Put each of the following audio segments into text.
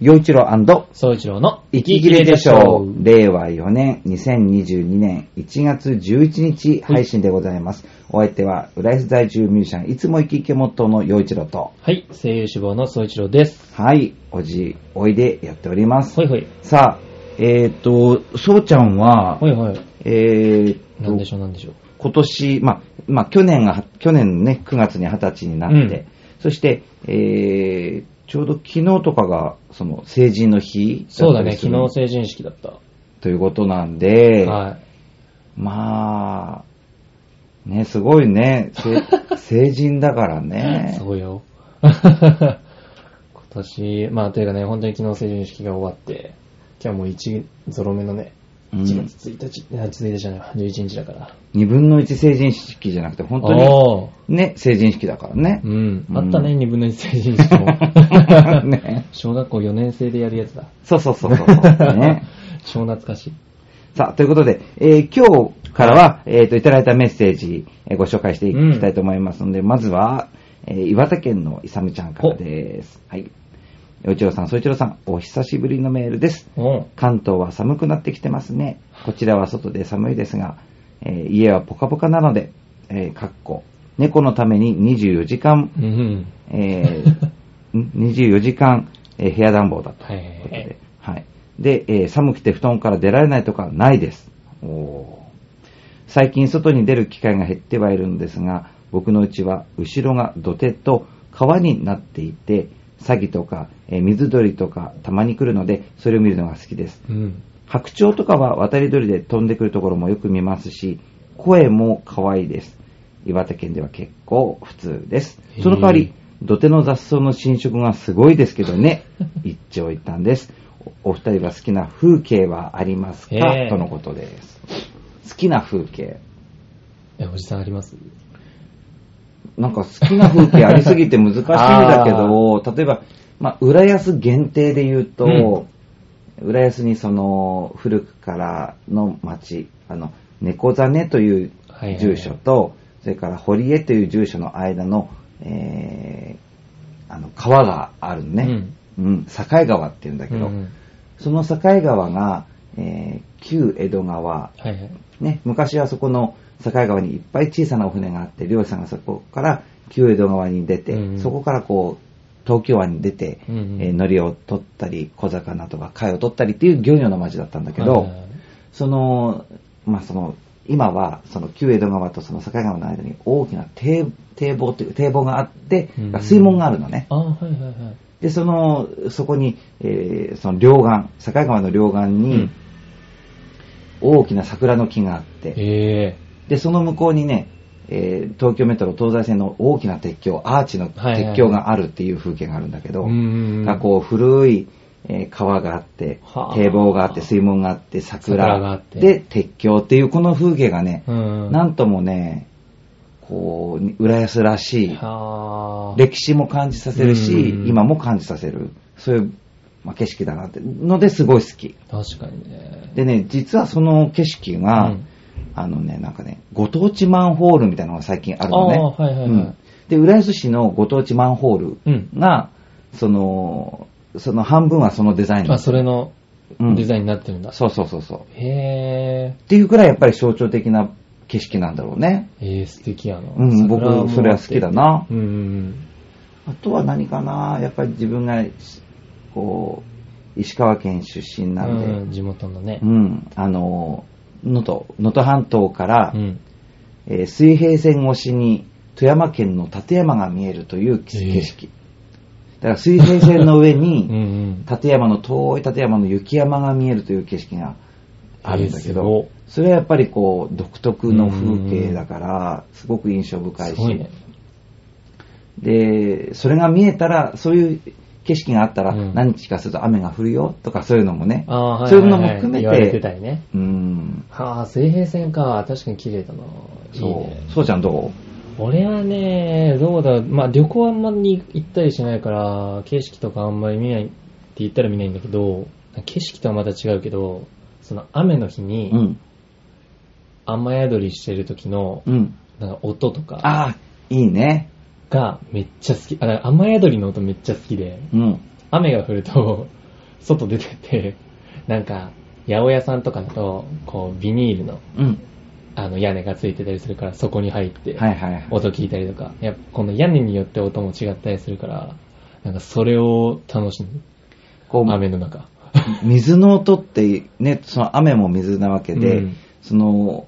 陽一郎総一郎の生き切れでしょう。令和4年2022年1月11日配信でございます。お相手は、浦安在住ミュージシャン、いつも生き生きモットーの陽一郎と、はい、声優志望の総一郎です。はい、おじ、おいでやっておりますほ。いほい。さあ、えっ、と、そうちゃんはほ、いほい。えっ、なんとで、しょう、なんでしょう。今年、まあ、まあ、去年が、去年のね、9月に20歳になって、うんそして、えー、ちょうど昨日とかが、その、成人の日そうだね、った昨りする日成人式だった。ということなんで、はい。まあ、ね、すごいね、せ 成人だからねす。ごいよ。 今年、まあ、というかね、本当に昨日成人式が終わって、今日もう1ゾロ目のね、うん1月1日、あ1日じゃないわ、11日だから。二分の一成人式じゃなくて、本当に、おーね、成人式だからね。うん。うんあったね、二分の一成人式も。 ね小学校4年生でやるやつだ。そうそうそうそうそう、 ね。超懐かしい。さあ、ということで、えー今日からは、えっ、と、いただいたメッセージ、えーご紹介していきたいと思いますので、まずは、えー岩手県のいさむちゃんからです。はい。よちろさん、そいちろさん、お久しぶりのメールです。おう関東は寒くなってきてますね。こちらは外で寒いですが、えー家はポカポカなので、えーかっこ、猫のために24時間、うんうん。えーん24時間、えー部屋暖房だと。はいはいということはでい。はい。で、えー寒くて布団から出られないとかはないです。おー最近外に出る機会が減ってはいるんですが、僕のうちは後ろが土手と川になっていて、サギとか、えー水鳥とかたまに来るので、それを見るのが好きです。うん。白鳥とかは渡り鳥で飛んでくるところもよく見ますし、声も可愛いです。岩手県では結構普通です。その代わり、土手の雑草の侵食がすごいですけどね、一長一短です。おお二人は好きな風景はありますかへーとのことです。好きな風景。え、おじさんありますなんか好きな風景ありすぎて難しいんだ けど、例えば、まあ、浦安限定で言うと、浦安にその古くからの町、あの、猫座ねというはいはい住所と、それから堀江という住所の間の、えー、あの、川があるのね。うん、境川っていうんだけど、うんうんその境川が、えー旧江戸川、はいはい。ね、昔はそこの境川にいっぱい小さなお船があって、漁師さんがそこから旧江戸川に出て、うんうんそこからこう、東京湾に出て、うんうんえー海苔を取ったり、小魚とか貝を取ったりっていう漁業の町だったんだけど、はいはいはいその、まあその、今はその旧江戸川とその境川の間に大きな堤堤防という堤防があって、うん水門があるのね。あ、はいはいはい。で、その、そこに、えーその両岸、境川の両岸に、大きな桜の木があって、えで、その向こうにね、えー東京メトロ東西線の大きな鉄橋、アーチのはいはいは鉄い橋があるっていう風景があるんだけえど、んがこう古い、えー川があってはあ、堤防があって、水門があって、桜桜があってで鉄橋っていうこの風景がね、うん。なんともね、こう、浦安らしい、はー歴史も感じさせるし、うん今も感じさせる、そういう、まあ景色だなって、のですごい好き。確かにね。でね、実はその景色うが、んあのね、なんかね、ご当地マンホールみたいなのが最近あるのね。あーはいはいはいうんで、浦安市のご当地マンホーうんルが、その、その半分はそのデザインあ、それのうんデザインになってるんだ。そうそうそうそう。へっていうくらいやっぱり象徴的な景色なんだろうね。え。えー、素敵やな。うん、僕桜もあっ、てそれは好きだ。な。うんうんあとは何かな、やっぱり自分が、こう、石川県出身うん。なんで、うん地元のねう。ん、あの、能登、能登半島から、うん。えー水平線越しに富山県の立山が見えるという景ええ色。だから水平線の上 うんうに、ん。立山の遠い立山の雪山が見えるという景色があるんだけええすごいど、それはやっぱりこう、独特の風景だから、すごく印象深すいごいしね、。で、それが見えたら、そういう景色があったら、うん何日かすると雨が降るよとかそういうのもね、あーはいはいはいそういうのも含めて、言われてたりね。うん、はあ、水平線か。確かに綺麗だな。いいそう、ね。そうちゃんど俺はね、どうだ、まあ旅行はあんまり行ったりしないから、景色とかあんまり見ないって言ったら見ないんだけど、景色とはまた違うけど、その雨の日うにうん、雨宿りしてる時の、うん。なんか音とかああ、いいね。がめっちゃ好き。あだから雨宿りの音めっちゃ好きで、うん。雨が降ると、 外出てって、なんか、八百屋さんとかだと、こう、ビニールの、うん。あの、屋根がついてたりするから、そこに入って、はいはいはい。音聞いたりとか、やっぱこの屋根によって音も違ったりするから、なんかそれを楽しむ。こう、雨の中。水の音って、ね、その雨も水なわけで、うんその、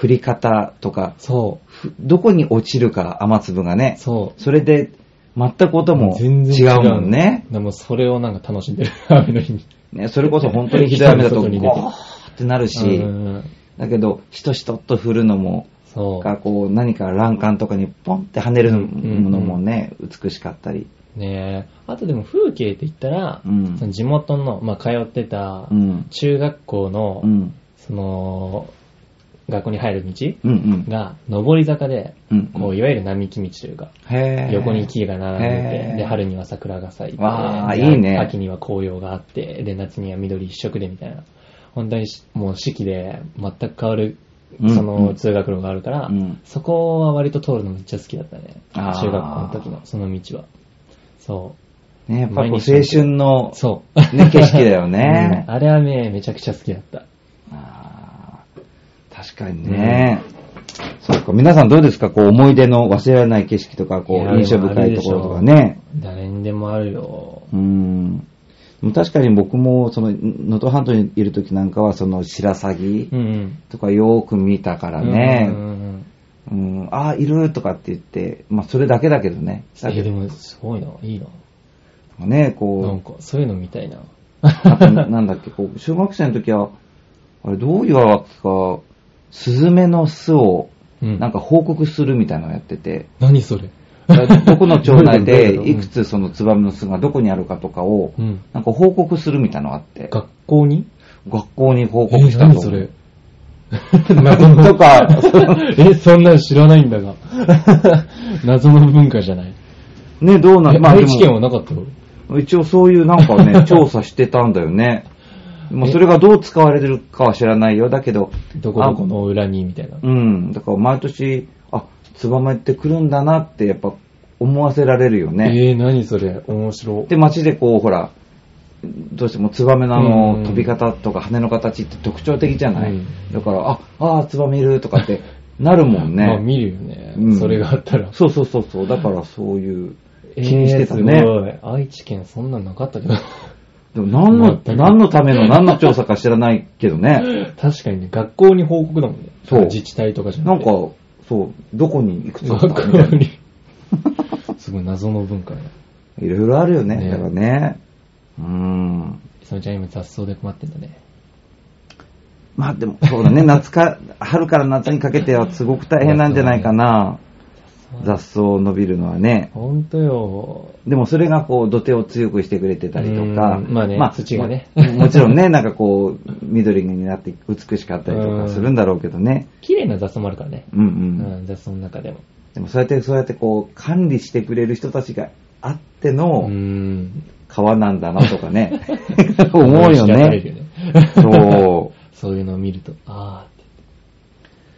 降り方とか、そふどこに落ちるか、雨粒がう、ね。そう。それで、全く音も違全然うもんね。でもそれをなんか楽しんでる、 雨の日に。ね、それこそ本当にひどい雨だ と、ゴ外に出てーってなるし、うんだけど、しとしとっと降るのも、そがこう何か欄干とかにポンって跳ねるものもね、美しかったり。う。ねえ。あとでも風景って言ったら、うんその地元の、まあ、通ってたう、ん。中学校の、うん。その、学校に入る道うんうん。が、上り坂で、うんこう、いわゆる並木道というか、へー横に木が並んでへーて、で、春には桜が咲いて、わーでいいね秋には紅葉があって、で、夏には緑一色でみたいな。本当にしもう四季で全く変わる、うんそうんの通学路があるから、うんそこは割と通るのめっちゃ好きだったね。あー中学校の時の、その道は。そね、やっぱこう青毎日春のう。、そう。ね、景色だよね うん。あれはね、めちゃくちゃ好きだった。あー確かにね。そうか、皆さんどうですかこう思い出の忘れられない景色とか、こいうや印象深いところとかね。誰にでもあるよ。うん。でも確かに僕も、その、能登半島にいる時なんかは、その、白鷺うんとかよーく見たかうらん。ね。うんうんうんうん、ああ、いるとかって言って、まあ、それだけだけどね。だえ、けでども、すごいな。いいな。ね、なんこか、そういうの見たいな。う、あとなんだっけ、こう、小学生の時は、あれ、どういうわけか、スズメの巣を、うんなんか報告するみたいなのやって て、何それどこの町内どうで、いうことどういうこといくつそのツバメの巣がどこにあるかとかを、うん。なんか報告するみたいなのがあって、学校に学校に報え告した何と。それ 謎のとか、 え、そんなの知らないんだが。 謎の文化じゃない。ね、どうなえん、まあで愛知県も、はなかったの一応そういうなんか ね、調査してたんだよね。まあ、それがどう使われてるかは知らないよ。だけど、どこどこの裏にみたいな。うん。だから毎年、あ、ツバメって来るんだなってやっぱ思わせられるよね。えー、何それ面白。で、街でこう、ほら、どうしてもツバメのあの、うん飛び方とか羽の形って特徴的じゃない、うんだから、あ、あーツバメいるとかってなるもんね。 まあ見るよねうん。それがあったら。そうそうそうそう。だからそういう、え気にしてたね。ーすごい。愛知県そんなん なかったけど。でも何の、全く何のための何の調査か知らないけどね。確かにね、学校に報告だもんね。そう自治体とかじゃななんくかて。、そう、どこにいくつだったみたい学な校に。 すごい謎の文化ね。いろいろあるよね。ねだからね。うーん。それじゃあ今雑草で困ってんだね。まあでも、そうだね。夏か、春から夏にかけてはすごく大変なんじゃないか な。雑草伸びるのはね。ほんとよ。でもそれがこう土手を強くしてくれてたりとか、うんまあね土がねももちろんね、 なんかこう、緑になって美しかったりとうかんするんだろうけどね。綺麗な雑草もあるからね。うんう。うんん、雑草の中でも。でもそうやって、そうやってこう、管理してくれる人たちがあってうのん。川なんだなとか ね。思うよ癒し与えるね。よね。そう。 そういうのを見ると、あーって。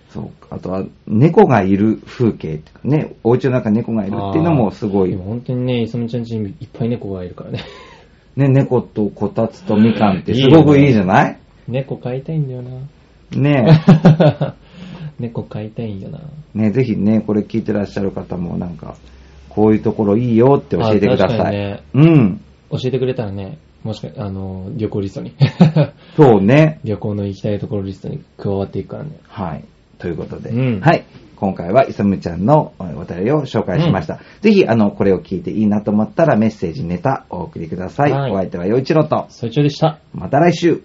そうか。あとは、猫がいる風景っていうかね、お家の中に猫がいるっていうのもすごい。今ね、本当にね、いさみちゃんちにいっぱい猫がいるからね。 猫とこたつとみかんってすごくいいじゃない猫飼いたいんだよな。 ね猫飼いたいんよな。え。ねえぜひね、これ聞いてらっしゃる方もなんか、こういうところいいよって教えてくだあ確さかい。にねうん。教えてくれたらね、もしか、あの、旅行リストに。 そうね。旅行の行きたいところリストに加わっていくからね。はい。ということで、うんはい。今回は、いさむちゃんのえお便りを紹介しました。ぜひ、あの、これを聞いていいなと思ったら、メッセージ、ネタ、お送りください。はいお相手は、よいちろと。それ以上でした。また来週。